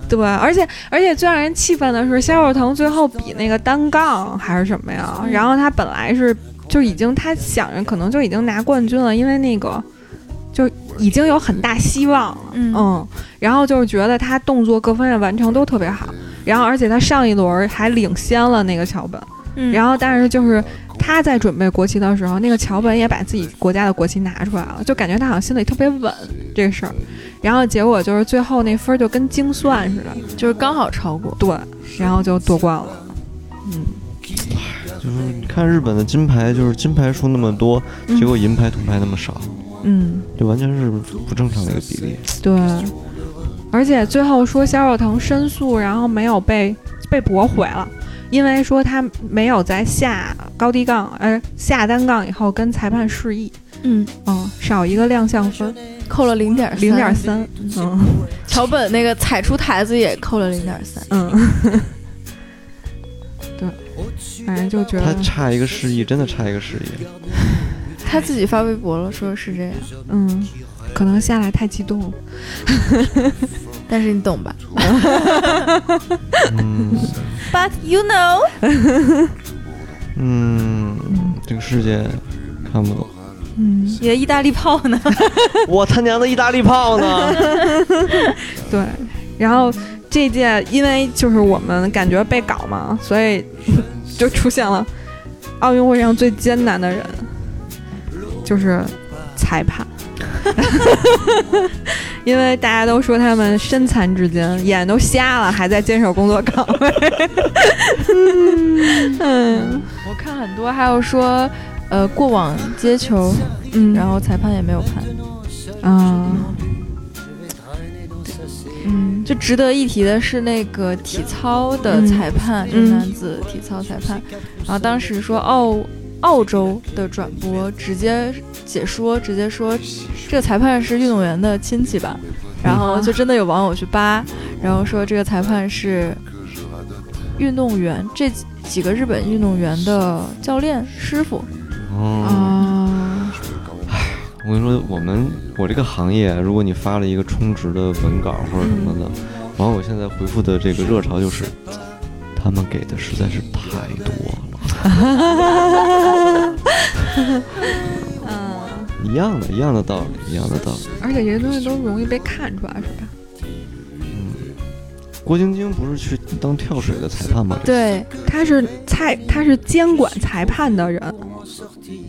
Speaker 3: 对，而且而且最让人气愤的是，肖若腾最后比那个单杠还是什么呀？
Speaker 2: 嗯
Speaker 3: 然后他本来是就已经他想着可能就已经拿冠军了，因为那个就已经有很大希望了，
Speaker 2: 嗯
Speaker 3: 然后就是觉得他动作各方面完成都特别好，然后而且他上一轮还领先了那个桥本。
Speaker 2: 嗯
Speaker 3: 然后但是就是他在准备国旗的时候，那个桥本也把自己国家的国旗拿出来了，就感觉他好像心里特别稳这个事儿。然后结果就是最后那分儿就跟精算似的，
Speaker 2: 就是刚好超过。
Speaker 3: 对，然后就夺冠了。
Speaker 1: 就是你看日本的金牌，就是金牌数那么多，
Speaker 3: 嗯
Speaker 1: 结果银牌、铜牌那么少，
Speaker 3: 嗯，
Speaker 1: 这完全是不正常的一个比例。
Speaker 3: 对。而且最后说肖若腾申诉，然后没有被被驳回了，因为说他没有在下高低杠，呃下单杠以后跟裁判示意，
Speaker 2: 嗯，
Speaker 3: 嗯，少一个亮相分
Speaker 2: 扣了零点
Speaker 3: 零点，三，嗯
Speaker 2: 桥本那个踩出台子也扣了零点三。
Speaker 3: 嗯， [laughs] 对，反正就觉
Speaker 1: 他
Speaker 3: 得，
Speaker 1: 差一个示意，真的差一个示意。
Speaker 2: 他自己发微博了，说是这样，
Speaker 3: 嗯，可能下来太激动了。
Speaker 2: 但是你懂吧
Speaker 1: 嗯
Speaker 2: ？But you know，
Speaker 1: 嗯，这个世界看不
Speaker 3: [laughs]
Speaker 1: 懂。
Speaker 3: 嗯，
Speaker 2: 你的意大利炮呢？
Speaker 1: 我他娘的意大利炮
Speaker 3: [laughs]
Speaker 1: 呢？嗯
Speaker 3: 对。然后这届因为就是我们感觉被搞嘛，所以就出现了奥运会上最艰难的人，就是裁判。因为大家都说他们身残志坚，眼都 [laughs] 瞎了，还在坚守工作岗位。嗯，
Speaker 2: 看很多，还有说，呃，过往接球，
Speaker 3: 嗯，
Speaker 2: 然后裁判也没有判。
Speaker 3: 啊，
Speaker 2: 嗯，就值得一提的是那个体操的
Speaker 3: 嗯
Speaker 2: 裁判，就
Speaker 3: 嗯
Speaker 2: 男子体操裁判，然后当时说澳澳洲的转播直接解说，直接说这个裁判是运动员的亲戚吧，然后就真的有网友去扒，然后说这个裁判是运动员这几几个日本运动员的教练师傅，
Speaker 1: 哦，
Speaker 3: 啊，
Speaker 1: 我跟你说，我们我这个行业，如果你发了一个充值的文稿或者什么的，网友现在回复的这个热潮就是，他们给的实在是太多了，
Speaker 3: 嗯，
Speaker 1: 一样的，一样的道理，一样的道理。
Speaker 3: 而且这些东西都容易被看出来，是吧？
Speaker 1: 郭晶晶不是去当跳水的裁判吗？
Speaker 2: 对，
Speaker 3: 他是裁，他是监管裁判的人，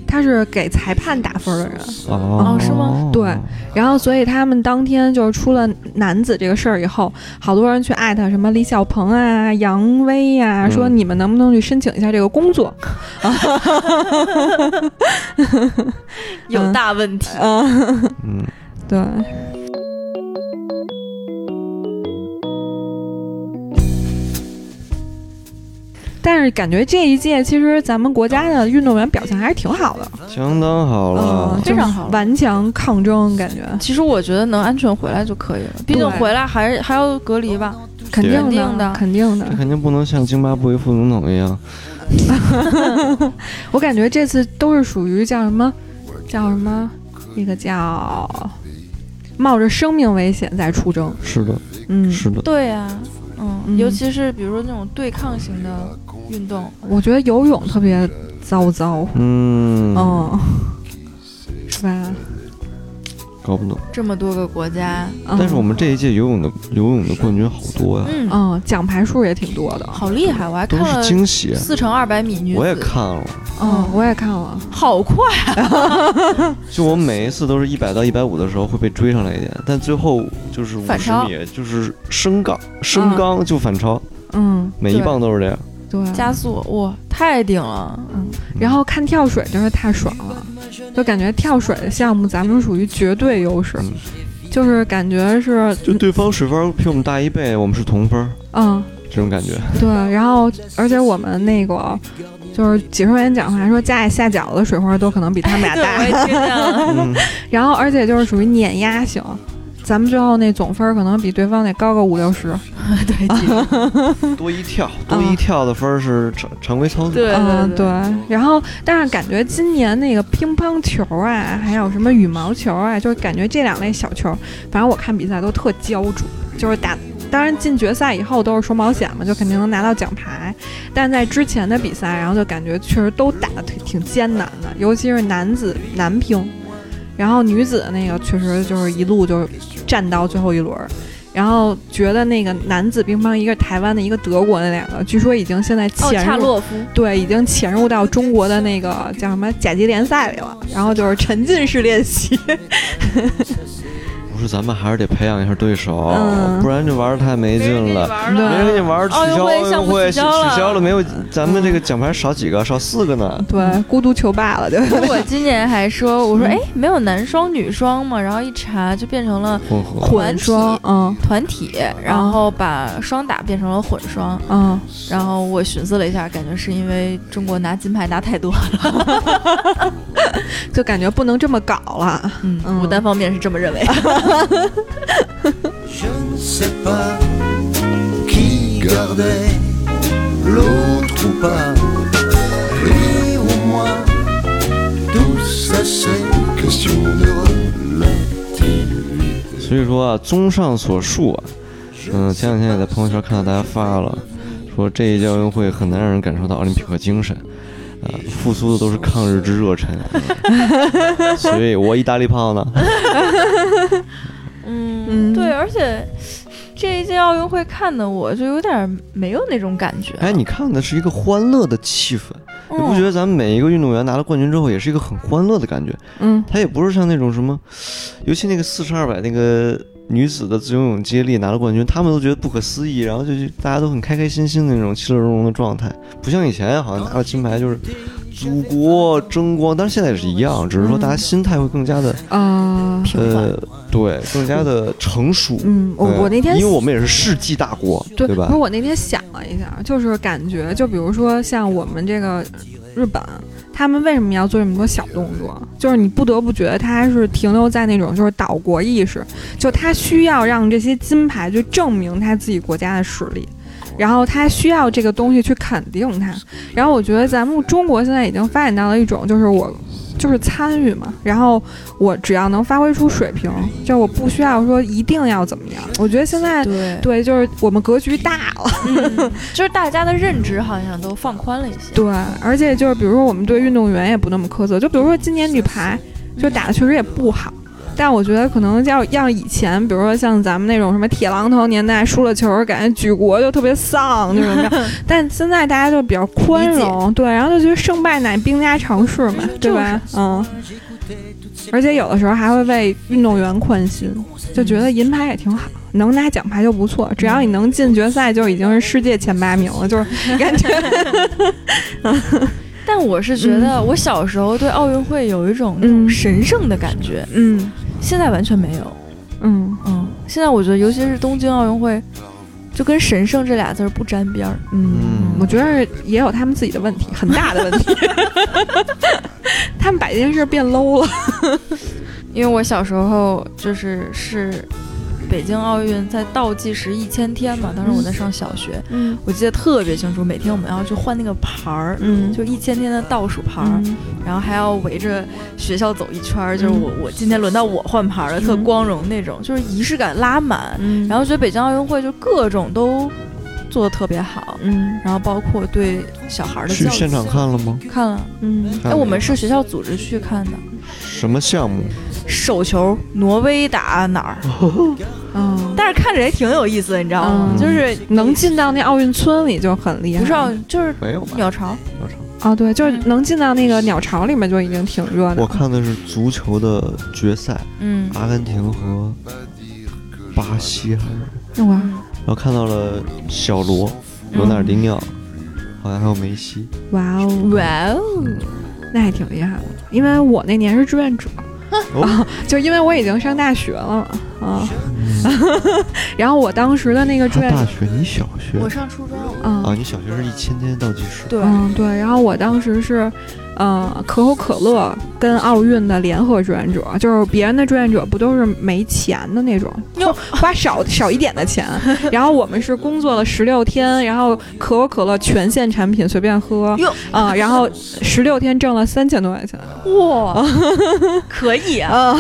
Speaker 3: 他是给裁判打分的人。
Speaker 1: 哦
Speaker 2: 哦是吗
Speaker 3: 对然后，所以他们当天就是出了男子这个事儿以后，好多人去艾特什么李小鹏啊、杨威呀、
Speaker 1: 嗯
Speaker 3: 说你们能不能去申请一下这个工作？
Speaker 2: [laughs]
Speaker 3: [laughs]
Speaker 2: 有大问题。
Speaker 3: 嗯，
Speaker 1: 嗯，
Speaker 3: 对，但是感觉这一届其实咱们国家的运动员表现还是挺好的，
Speaker 1: 相当好了
Speaker 3: 嗯，。
Speaker 2: 非常好了
Speaker 3: 顽强抗争，感觉
Speaker 2: 其实我觉得能安全回来就可以了，毕竟
Speaker 3: 对
Speaker 2: 回来还是还要隔离吧。
Speaker 3: 肯定
Speaker 2: 肯定
Speaker 3: 的
Speaker 2: 的，
Speaker 3: 肯定的
Speaker 1: 这。肯定不能像津巴布韦副总统一样，
Speaker 3: [laughs] 我感觉这次都是属于叫什么，叫什么，那个叫冒着生命危险在出征，
Speaker 1: 是的，
Speaker 3: 嗯，
Speaker 1: 是的，
Speaker 2: 对呀、
Speaker 3: 嗯
Speaker 2: 嗯，尤其是比如说那种对抗型的运动，
Speaker 3: 我觉得游泳特别糟糟，
Speaker 1: 嗯，
Speaker 3: 嗯，是吧？
Speaker 1: 搞不懂。
Speaker 2: 这么多个国家，
Speaker 3: 嗯
Speaker 1: 但是我们这一届游泳的游泳的冠军好多呀，
Speaker 2: 嗯，
Speaker 3: 嗯，奖牌数也挺多的。
Speaker 2: 好厉害！我还
Speaker 1: 都
Speaker 2: 看
Speaker 1: 是
Speaker 2: 了
Speaker 1: 惊喜。
Speaker 2: 四乘二百米女子，
Speaker 1: 我也看了，
Speaker 3: 嗯，我也看了。
Speaker 2: 好快，
Speaker 1: 就我每一次都是一百到一百五的时候会被追上来一点，但最后就是五
Speaker 2: 反
Speaker 1: 十
Speaker 2: 超
Speaker 1: 米就是升杠，升杠就反超，
Speaker 3: 嗯，
Speaker 1: 每一棒都是这样。
Speaker 3: 对。
Speaker 2: 加速哇，太顶了！
Speaker 3: 然后看跳水真是太爽了，就感觉跳水的项目咱们属于绝对优势，
Speaker 1: 嗯
Speaker 3: 就是感觉是
Speaker 1: 就对方水分比我们大一倍，我们是同分儿，
Speaker 3: 嗯
Speaker 1: 这种感觉。
Speaker 3: 对，然后而且我们那个就是解说员讲话说家里下饺子的水花都可能比他们俩
Speaker 2: 对，
Speaker 1: 哎
Speaker 2: 我
Speaker 3: 大，
Speaker 2: 也听见
Speaker 1: [laughs]
Speaker 2: 了。
Speaker 1: 嗯，
Speaker 3: [laughs] 然后而且就是属于碾压型，咱们最后那总分儿可能比对方得高个五六十，
Speaker 2: 对对
Speaker 1: 多一跳，多一跳的分儿是常常规操作。
Speaker 2: 对
Speaker 3: 嗯对，然后但是感觉今年那个乒乓球啊，还有什么羽毛球啊，就是感觉这两类小球，反正我看比赛都特焦灼，就是打。当然进决赛以后都是双保险嘛，就肯定能拿到奖牌。但在之前的比赛，然后就感觉确实都打得挺挺艰难的，尤其是男子男乒，然后女子那个确实就是一路就是战到最后一轮儿。然后觉得那个男子乒乓，一个台湾的，一个德国的两个，据说已经现在
Speaker 2: 奥
Speaker 3: 潜入、
Speaker 2: 哦恰洛夫，
Speaker 3: 对，已经潜入到中国的那个叫什么甲级联赛里了，然后就是沉浸式练习。
Speaker 1: 不是，咱们还是得培养一下对手，
Speaker 3: 嗯
Speaker 1: 不然这玩意儿太没劲了。
Speaker 2: 玩
Speaker 3: 了
Speaker 1: 没人跟你玩儿取
Speaker 2: 奥运
Speaker 1: 消
Speaker 2: 哦会
Speaker 1: 奥运
Speaker 2: 项目
Speaker 1: 会
Speaker 2: 取消了
Speaker 1: 取消了，没有咱们这个奖牌少几个，少四个呢。
Speaker 3: [laughs] 对，孤独求败 [laughs] 了，对。
Speaker 2: 我今年还说，我说
Speaker 3: 嗯
Speaker 2: 哎，没有男双女双嘛，然后一查就变成了
Speaker 1: 混合
Speaker 3: 混双，嗯
Speaker 2: 团体，然后把双打变成了混双。
Speaker 3: 嗯，
Speaker 2: 然后我寻思了一下，感觉是因为中国拿金牌拿太多了，
Speaker 3: 就感觉不能这么搞了。
Speaker 2: 嗯 [laughs]
Speaker 3: 嗯
Speaker 2: 我单方面是这么认为。
Speaker 4: Je ne sais pas qui gardait l'autre ou pas, lui ou moi. Tout ça c'est question de relativité.
Speaker 1: 所以说啊，综上所述啊，嗯，前两天也在朋友圈看到大家发了，说这一届奥运会很难让人感受到奥林匹克精神，啊、复苏的都是抗日之热忱。
Speaker 2: [laughs]
Speaker 1: 嗯所以我意大利炮呢，
Speaker 2: 嗯，对，而且这一届奥运会看的我就有点没有那种感觉。
Speaker 1: 哎，你看的是一个欢乐的气氛，
Speaker 2: 嗯
Speaker 1: 你不觉得咱们每一个运动员拿了冠军之后，也是一个很欢乐的感觉？
Speaker 3: 嗯
Speaker 1: 他也不是像那种什么，尤其那个四乘二百那个女子的自由泳接力拿了冠军，他们都觉得不可思议，然后就就大家都很开开心心的那种其乐融融的状态，不像以前好像拿了金牌就是祖国争光，但是现在也是一样，只是说大家心态会更加的、
Speaker 3: 啊、
Speaker 2: 嗯
Speaker 1: 呃，对，更加的成熟。
Speaker 3: 嗯，我
Speaker 1: 对
Speaker 3: 我那天
Speaker 1: 因为我们也是世纪大国，
Speaker 3: 对，
Speaker 1: 吧
Speaker 3: 不是？我那天想了一下，就是感觉，就比如说像我们这个日本，他们为什么要做这么多小动作？就是你不得不觉得他还是停留在那种就是岛国意识，就他需要让这些金牌去证明他自己国家的实力。然后他需要这个东西去肯定他，然后我觉得咱们中国现在已经发展到了一种，就是我就是参与嘛，然后我只要能发挥出水平，就是我不需要说一定要怎么样。我觉得现在
Speaker 2: 对，
Speaker 3: 对，就是我们格局大了。
Speaker 2: 就是大家的认知好像都放宽了一些。
Speaker 3: 对，而且就是比如说我们对运动员也不那么苛责，就比如说今年女排就打的确实也不好。但我觉得可能要要以前，比如说像咱们那种什么铁榔头年代，输了球儿感觉举国就特别丧，就是这样。但现在大家就比较宽容，对，然后就觉得胜败乃兵家常事嘛，对吧？嗯。而且有的时候还会为运动员宽心，就觉得银牌也挺好，能拿奖牌就不错，只要你能进决赛就已经是世界前八名了，就是感觉
Speaker 2: 但我是觉得，我小时候对奥运会有一种那种
Speaker 3: 嗯
Speaker 2: 神圣的感觉，
Speaker 3: 嗯
Speaker 2: 现在完全没有。
Speaker 3: 嗯
Speaker 2: 嗯，现在我觉得，尤其是东京奥运会，就跟神圣这俩字儿不沾边儿。
Speaker 3: 嗯，我觉得也有他们自己的问题，很大的问 [laughs] 题。他们把这件事变 low 了。
Speaker 2: 因为我小时候就是是北京奥运在倒计时一千天嘛，当时我在上小学，
Speaker 3: 嗯
Speaker 2: 我记得特别清楚，每天我们要去换那个牌儿。
Speaker 3: 嗯
Speaker 2: 就一千天的倒数牌儿，
Speaker 3: 嗯
Speaker 2: 然后还要围着学校走一圈儿，就是我我今天轮到我换牌儿了，特
Speaker 3: 嗯
Speaker 2: 光荣那种，就是仪式感拉满。
Speaker 3: 嗯
Speaker 2: 然后觉得北京奥运会就各种都做的特别好，
Speaker 3: 嗯
Speaker 2: 然后包括对小孩儿的
Speaker 1: 去
Speaker 2: 教育
Speaker 1: 现场看了吗？
Speaker 2: 看了，
Speaker 3: 嗯
Speaker 2: 哎，
Speaker 1: 看
Speaker 2: 我
Speaker 1: 了
Speaker 2: 们是学校组织去看的，
Speaker 1: 什么项
Speaker 3: [laughs]
Speaker 1: 目？
Speaker 2: 手球，挪威打哪儿？
Speaker 3: 嗯，
Speaker 2: 但是看着也挺有意思的，你知道吗？
Speaker 1: 嗯
Speaker 2: 就是
Speaker 3: 能进到那奥运村里就很厉害。
Speaker 2: 不是奥运，就是
Speaker 1: 没有吧？
Speaker 2: 鸟巢，
Speaker 3: 啊，对，就是能进到那个鸟巢里面就已经挺热闹
Speaker 1: 我
Speaker 3: 了。
Speaker 1: 看的是足球的决赛，
Speaker 2: 嗯，
Speaker 1: 阿根廷和巴西还是？
Speaker 3: 哇，
Speaker 1: 然后看到了小罗、
Speaker 2: 嗯
Speaker 1: 罗纳尔迪尼奥，好像还有梅西。
Speaker 3: 哇哦，
Speaker 2: 哇哦，
Speaker 3: 那还挺厉害的。因为我那年是志愿者，
Speaker 1: 哦，
Speaker 3: [laughs] 就因为我已经上大学了嘛，啊， [laughs] 然后我当时的那个志
Speaker 1: 他
Speaker 3: 愿
Speaker 1: 大
Speaker 3: 者，
Speaker 1: 学，你小学
Speaker 2: 我上初中了，
Speaker 3: 嗯
Speaker 1: 啊？你小学是一千天倒计时。
Speaker 2: 对，
Speaker 3: 嗯，对。然后我当时是，呃，可口可乐跟奥运的联合志愿者，就是别人的志愿者不都是没钱的那种，就 [laughs] 花少少一点的钱。然后我们是工作了十六天，然后可口可乐全线产品随便喝
Speaker 2: 哟，
Speaker 3: 啊、然后十六天挣了三千多块钱
Speaker 2: 哇，可以啊，，
Speaker 3: 啊、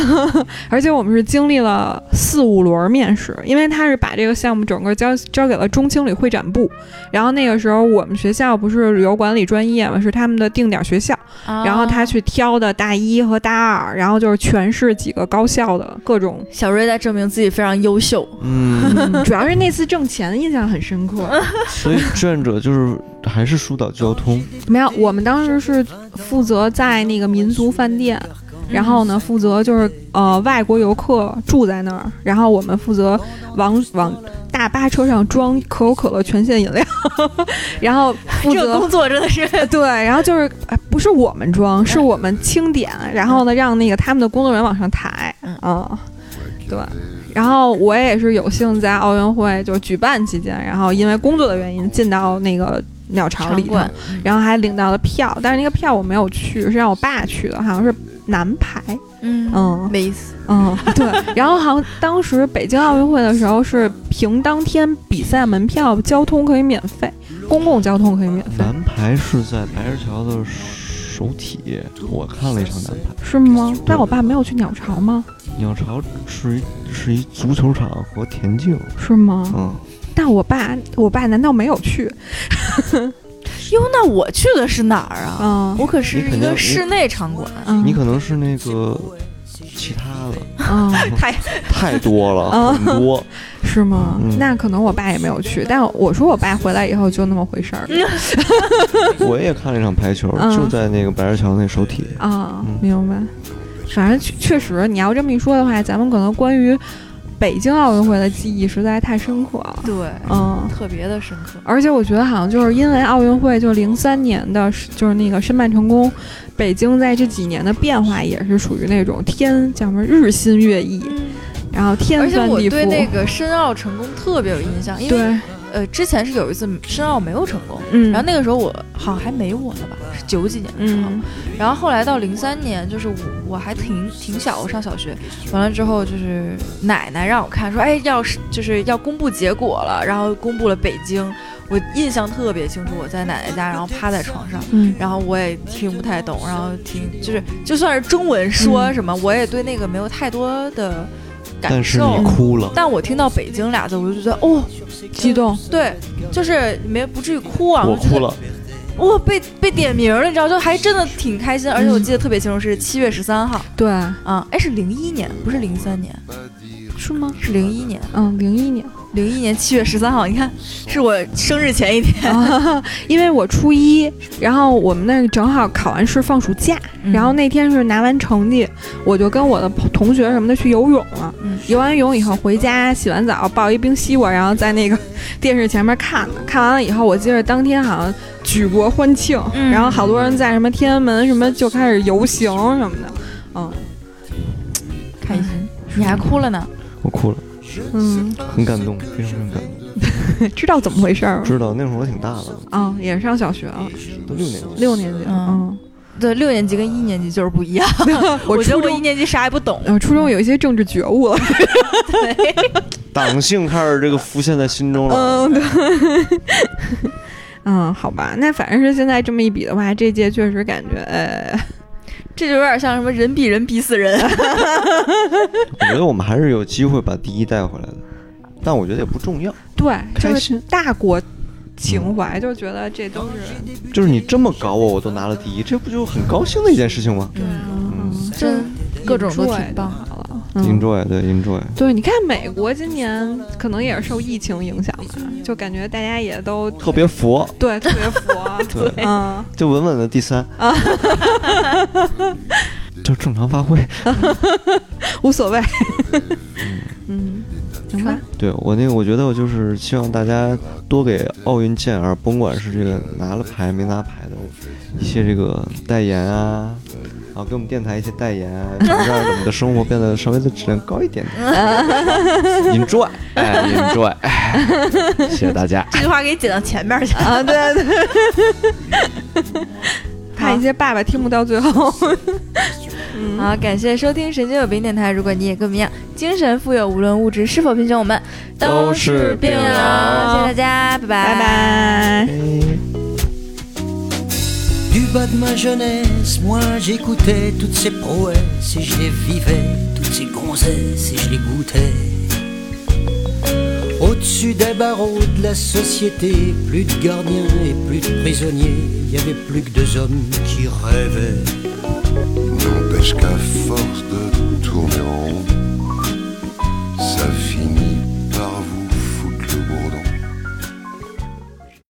Speaker 3: 而且我们是经历了四五轮面试，因为他是把这个项目整个交交给了中青旅会展部，然后那个时候我们学校不是旅游管理专业嘛，是他们的定点学校。然后他去挑的大一和大二，然后就是全市几个高校的各种
Speaker 2: 小瑞在证明自己非常优秀，
Speaker 1: 嗯，
Speaker 3: 主要是那次挣钱印象很深刻。
Speaker 1: 所以志愿者就是还是疏导交通，
Speaker 3: 没有，我们当时是负责在那个民族饭店，然后呢负责就是呃外国游客住在那儿，然后我们负责往往大巴车上装可口可乐全线饮料， [laughs] 然后负
Speaker 2: 这个
Speaker 3: 责
Speaker 2: 工作真的是，
Speaker 3: [laughs] 对，然后就是哎不是我们装，是我们清点，然后呢让那个他们的工作人员往上抬，
Speaker 2: 嗯
Speaker 3: 啊，对。然后我也是有幸在奥运会就举办期间，然后因为工作的原因进到那个鸟巢里头，
Speaker 2: 馆，
Speaker 3: 然后还领到了票，但是那个票我没有去，是让我爸去的，好像是男排，
Speaker 2: 嗯
Speaker 3: 嗯
Speaker 2: 没意思，
Speaker 3: 嗯，对。
Speaker 2: [laughs]
Speaker 3: 然后好像当时北京奥运会的时候是凭当天比赛门票，交通可以免费，公共交通可以免费，
Speaker 1: 男排是在白石桥的首体，我看了一场男排。
Speaker 3: 是吗？但我爸没有去鸟巢吗？
Speaker 1: 鸟巢是一是一足球场和田径，
Speaker 3: 是吗？
Speaker 1: 嗯，
Speaker 3: 但我爸，我爸难道没有去？
Speaker 2: 哟，那我去的是哪儿啊？
Speaker 3: 嗯
Speaker 2: 我可是
Speaker 1: 你肯
Speaker 2: 一
Speaker 1: 定
Speaker 2: 个
Speaker 1: 你
Speaker 2: 室内场馆，
Speaker 3: 嗯，
Speaker 1: 你可能是那个其他的
Speaker 3: 嗯，
Speaker 1: 太多了，
Speaker 3: 啊
Speaker 1: 很多。
Speaker 3: 是吗？
Speaker 1: 嗯
Speaker 3: 那可能我爸也没有去，但我说我爸回来以后就那么回事儿
Speaker 1: 嗯我也看了一场排球，
Speaker 3: 嗯
Speaker 1: 就在那个白石桥那首体。
Speaker 3: 啊
Speaker 1: 嗯，
Speaker 3: 明白。反正确确实，你要这么一说的话，咱们可能关于北京奥运会的记忆实在太深刻了。
Speaker 2: 对，
Speaker 3: 嗯，
Speaker 2: 特别的深刻。
Speaker 3: 而且我觉得好像就是因为奥运会，就零三年的，就是那个申办成功，北京在这几年的变化也是属于那种天叫什么日新月异，然后天
Speaker 2: 而且
Speaker 3: 翻
Speaker 2: 我
Speaker 3: 地覆。
Speaker 2: 对那个申奥成功特别有印象，因为
Speaker 3: 对，
Speaker 2: 呃之前是有一次申奥没有成功，
Speaker 3: 嗯，
Speaker 2: 然后那个时候我好像还没我呢吧，是九几年的时候。
Speaker 3: 嗯
Speaker 2: 然后后来到零三年，就是我我还挺挺小，我上小学，完了之后就是奶奶让我看说，哎，要是就是要公布结果了，然后公布了北京，我印象特别清楚，我在奶奶家，然后趴在床上。
Speaker 3: 嗯，
Speaker 2: 然后我也听不太懂，然后听就是就算是中文说
Speaker 3: 嗯
Speaker 2: 什么，我也对那个没有太多的感
Speaker 1: 但是
Speaker 2: 受
Speaker 1: 你。哭了，
Speaker 2: 但我听到“北京”俩字，我就觉得哦，
Speaker 3: 激动，
Speaker 2: 对，就是没不至于哭啊，
Speaker 1: 我
Speaker 2: 就觉得
Speaker 1: 哭了，
Speaker 2: 哇，被被点名了，你知道，就还真的挺开心，而且我
Speaker 3: 嗯
Speaker 2: 记得特别清楚，是七月十三号
Speaker 3: 对，
Speaker 2: 啊，哎、是零一年，不是零三年，
Speaker 3: 是吗？
Speaker 2: 是零一年，
Speaker 3: 嗯，零一年， [laughs]
Speaker 2: 零一年七月十三号，你看，是我生日前一天，
Speaker 3: 啊因为我初一，然后我们那正好考完试放暑假，
Speaker 2: 嗯
Speaker 3: 嗯然后那天是拿完成绩，我就跟我的朋同学什么的去游泳了。
Speaker 2: 嗯
Speaker 3: 游完泳以后回家洗完澡抱一冰西瓜，然后在那个 [laughs] 电视前面看的。看完了以后，我记得当天好像举国欢庆，
Speaker 2: 嗯
Speaker 3: 然后好多人在什么天安门什么就开始游行什么的。嗯
Speaker 2: 嗯开心，你还哭了呢，
Speaker 1: 我哭了，
Speaker 3: 嗯，
Speaker 1: 很感动，非常非常感动。
Speaker 3: 知道怎么回事儿吗？
Speaker 1: 知道那会儿我挺大了，
Speaker 3: 啊、也是上小学了，
Speaker 1: 都六年级，
Speaker 3: 六年级。
Speaker 2: 嗯
Speaker 3: 嗯，
Speaker 2: 对，六年级跟一年级就是不一样，
Speaker 3: [laughs]
Speaker 2: 我觉得
Speaker 3: 初
Speaker 2: 我一
Speaker 3: 中。
Speaker 2: 年级啥也不懂，
Speaker 3: 呃，初中有一些政治觉悟了，
Speaker 1: 党性开始这个浮现在心中了。
Speaker 3: 嗯，对， [laughs] 嗯，好吧，那反正是现在这么一比的话，这届确实感觉，呃，
Speaker 2: 这就有点像什么人比人比死人，
Speaker 1: 我觉得我们还是有机会把第一带回来的，但我觉得也不重要。
Speaker 3: 对，
Speaker 1: 开
Speaker 3: [laughs] 就是
Speaker 1: 心
Speaker 3: 大国情怀，就觉得这都是，
Speaker 1: 就是你这么搞我，我都拿了第一，这不就很高兴的一件事情吗
Speaker 3: 嗯，
Speaker 2: 真各种都挺棒
Speaker 3: 好了。嗯，
Speaker 1: ？Enjoy，对，Enjoy。
Speaker 3: 对，你看美国今年可能也是受疫情影响吧，就感觉大家也都
Speaker 1: 特别佛，
Speaker 3: 对特别 [laughs] 佛，
Speaker 1: 对
Speaker 3: 嗯，
Speaker 1: 就稳稳的第三啊，就正常发挥。
Speaker 3: 无所 [laughs] 谓，嗯，行吧，
Speaker 1: 对我那个，我觉得我就是希望大家多给奥运健儿，甭管是这个拿了牌没拿牌的，一些这个代言啊，啊，给我们电台一些代言啊，让我们的生活变得稍微的质量高一点点。Enjoy，哎，Enjoy，哎谢谢大家。
Speaker 2: 这句话给你剪到前面去，
Speaker 3: 啊，对对，怕一些爸爸听不到最后。
Speaker 1: 嗯
Speaker 2: 好，感谢收听神经有病电台。如果你也跟我们一样精神富有，无论物质是否贫穷，我们
Speaker 1: 都是
Speaker 2: 病
Speaker 1: 病
Speaker 2: 哦友。谢谢
Speaker 1: 友
Speaker 2: 大家，拜拜，
Speaker 3: [laughs] 拜。拜。
Speaker 4: Du bas de ma jeunesse, moi j'écoutais toutes ces prouesses et je les vivais, toutes ces gonzesses et je les goûtais. Au-dessus des barreaux de la société, plus de gardiens et plus de prisonniers, il y avait plus que deux hommes qui rêvaient.